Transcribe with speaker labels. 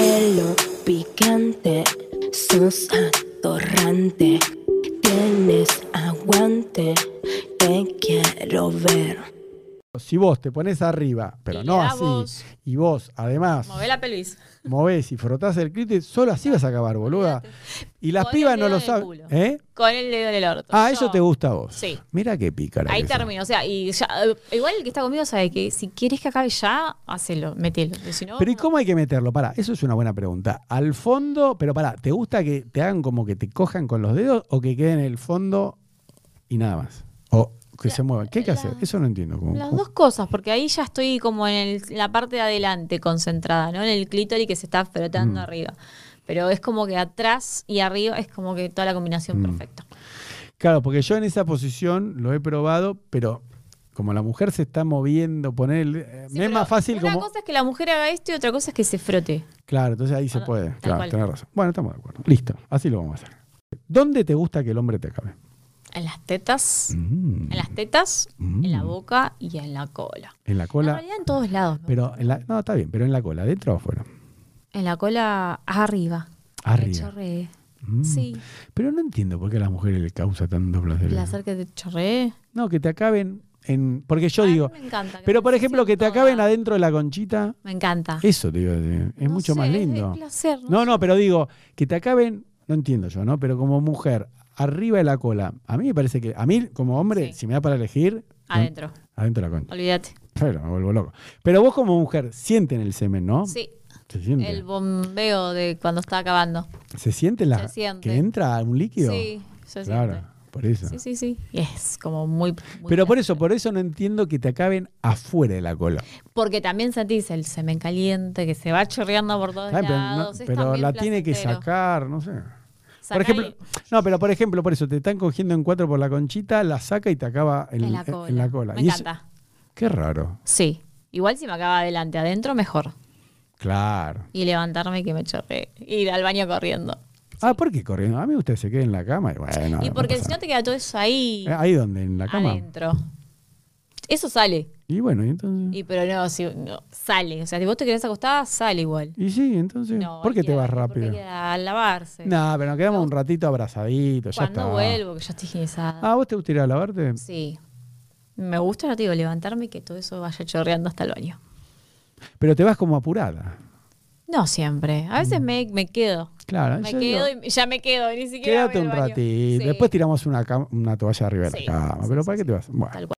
Speaker 1: pelo picante, sos atorrante, tienes aguante, te quiero ver.
Speaker 2: Si vos te pones arriba, pero
Speaker 3: Y le
Speaker 2: no
Speaker 3: das
Speaker 2: así,
Speaker 3: vos.
Speaker 2: y vos además
Speaker 3: Move la pelvis.
Speaker 2: movés y frotás el clítoris, solo así vas a acabar, boluda. Y las
Speaker 3: Con el
Speaker 2: pibas no
Speaker 3: dedo
Speaker 2: lo
Speaker 3: en el
Speaker 2: saben.
Speaker 3: culo.
Speaker 2: ¿Eh?
Speaker 3: Con el dedo en el orto.
Speaker 2: Ah,
Speaker 3: Yo-
Speaker 2: eso te gusta a vos.
Speaker 3: Sí.
Speaker 2: Mira qué pícara.
Speaker 3: Ahí
Speaker 2: que sos.
Speaker 3: termino, o sea, y ya, eh, igual el que está conmigo sabe que si quieres que acabe ya, hacelo, metelo. porque Si no,
Speaker 2: Pero ¿y cómo hay que meterlo? Pará, eso es una buena pregunta. Al fondo, pero pará, ¿te gusta que te hagan como que te cojan con los dedos o que quede en el fondo y nada más? O que se muevan. ¿Qué hay que
Speaker 3: la-
Speaker 2: hacer? Eso no entiendo. ¿Cómo-
Speaker 3: Las
Speaker 2: cómo-
Speaker 3: dos cosas, porque ahí ya estoy como en el- la parte de adelante concentrada, ¿no? En el clítoris que se está frotando
Speaker 2: Mm.
Speaker 3: arriba. Pero es como que atrás y arriba es como que toda la combinación
Speaker 2: Mm.
Speaker 3: perfecta.
Speaker 2: Claro, porque yo en esa posición lo he probado, pero como la mujer se está moviendo, poner el- eh,
Speaker 3: Sí,
Speaker 2: me es
Speaker 3: pero
Speaker 2: más fácil
Speaker 3: Una
Speaker 2: como...
Speaker 3: cosa es que la mujer haga esto y otra cosa es que se frote.
Speaker 2: Claro, entonces ahí se
Speaker 3: Bueno,
Speaker 2: puede.
Speaker 3: Ah, tal
Speaker 2: Claro,
Speaker 3: cual.
Speaker 2: tenés razón. Bueno, estamos de acuerdo. Listo, así lo vamos a hacer. ¿Dónde te gusta que el hombre te acabe?
Speaker 3: En las tetas,
Speaker 2: Mm,
Speaker 3: en las tetas,
Speaker 2: Mm.
Speaker 3: en la boca y en la cola.
Speaker 2: en la
Speaker 3: En
Speaker 2: cola.
Speaker 3: realidad en todos lados. ¿no?
Speaker 2: Pero en la, no, está bien, pero en la cola, dentro o afuera.
Speaker 3: En la cola arriba. Que
Speaker 2: Arriba.
Speaker 3: chorree.
Speaker 2: Mm.
Speaker 3: Sí.
Speaker 2: Pero no entiendo por qué a las mujeres les causa tanto placer.
Speaker 3: Placer que te chorree.
Speaker 2: No, que te acaben en. Porque yo
Speaker 3: A mí
Speaker 2: digo.
Speaker 3: me encanta que
Speaker 2: Pero
Speaker 3: me
Speaker 2: por ejemplo, que te
Speaker 3: sientan
Speaker 2: acaben
Speaker 3: toda.
Speaker 2: adentro de la conchita.
Speaker 3: Me encanta.
Speaker 2: Eso te digo. Es es
Speaker 3: No
Speaker 2: mucho
Speaker 3: sé,
Speaker 2: más
Speaker 3: es-
Speaker 2: lindo.
Speaker 3: es placer,
Speaker 2: No, no, pero digo, que te acaben. No entiendo yo, ¿no? Pero como mujer, arriba de la cola. A mí me parece que. A mí, como hombre,
Speaker 3: Sí.
Speaker 2: si me da para elegir.
Speaker 3: Adentro,
Speaker 2: Adentro de la concha.
Speaker 3: olvídate.
Speaker 2: Claro, me vuelvo loco. Pero vos, como mujer, sienten el semen, ¿no?
Speaker 3: Sí,
Speaker 2: Se siente.
Speaker 3: el bombeo de cuando está acabando.
Speaker 2: Se siente la.
Speaker 3: Se siente.
Speaker 2: Que entra un líquido.
Speaker 3: Sí, se
Speaker 2: claro,
Speaker 3: siente.
Speaker 2: por eso.
Speaker 3: Sí, sí, sí. Y es como muy... muy
Speaker 2: Pero por
Speaker 3: placer.
Speaker 2: eso, por eso no entiendo que te acaben afuera de la cola.
Speaker 3: Porque también sentís el semen caliente que se va chorreando por todos
Speaker 2: Ay, pero no-
Speaker 3: lados. es
Speaker 2: pero
Speaker 3: también
Speaker 2: la tiene que
Speaker 3: placentero.
Speaker 2: sacar, no sé.
Speaker 3: Sacar
Speaker 2: por
Speaker 3: y-
Speaker 2: ejemplo, no, pero por ejemplo, por eso te están cogiendo en cuatro por la conchita, la saca y te acaba en,
Speaker 3: en la
Speaker 2: en-
Speaker 3: cola.
Speaker 2: en la cola.
Speaker 3: Me
Speaker 2: Y eso-
Speaker 3: encanta.
Speaker 2: qué raro.
Speaker 3: Sí. Igual si me acaba adelante, adentro, mejor.
Speaker 2: Claro.
Speaker 3: Y levantarme y que me chorree. Ir al baño corriendo.
Speaker 2: Ah, ¿por qué corriendo? A mí usted se queda en la cama y bueno.
Speaker 3: y porque si no te queda todo eso ahí,
Speaker 2: pasa nada. Eh, Ahí donde, en la cama.
Speaker 3: adentro. Eso sale.
Speaker 2: Y bueno, y entonces.
Speaker 3: Y pero no, si no, sale. O sea, si vos te querés acostada, sale igual.
Speaker 2: Y, sí, entonces.
Speaker 3: No,
Speaker 2: ¿Por qué
Speaker 3: hay
Speaker 2: te
Speaker 3: que-
Speaker 2: vas
Speaker 3: porque
Speaker 2: rápido?
Speaker 3: hay que a lavarse.
Speaker 2: No, pero nos quedamos un ratito abrazaditos, ya
Speaker 3: Cuando
Speaker 2: está.
Speaker 3: vuelvo, que ya estoy higienizada.
Speaker 2: Ah, ¿vos te gustaría lavarte?
Speaker 3: Sí. Me gusta, no te digo, levantarme y que todo eso vaya chorreando hasta el baño.
Speaker 2: Pero te vas como apurada.
Speaker 3: No siempre. A
Speaker 2: Mm.
Speaker 3: veces me, me quedo.
Speaker 2: Claro,
Speaker 3: Me
Speaker 2: yo
Speaker 3: quedo
Speaker 2: digo-
Speaker 3: y ya me quedo, ni siquiera.
Speaker 2: Quédate
Speaker 3: voy
Speaker 2: un
Speaker 3: al baño.
Speaker 2: ratito.
Speaker 3: Sí,
Speaker 2: Después tiramos una, cam- una toalla arriba de la
Speaker 3: Sí,
Speaker 2: cama.
Speaker 3: sí,
Speaker 2: pero
Speaker 3: sí,
Speaker 2: ¿para qué
Speaker 3: sí.
Speaker 2: te vas? Bueno.
Speaker 3: Tal cual.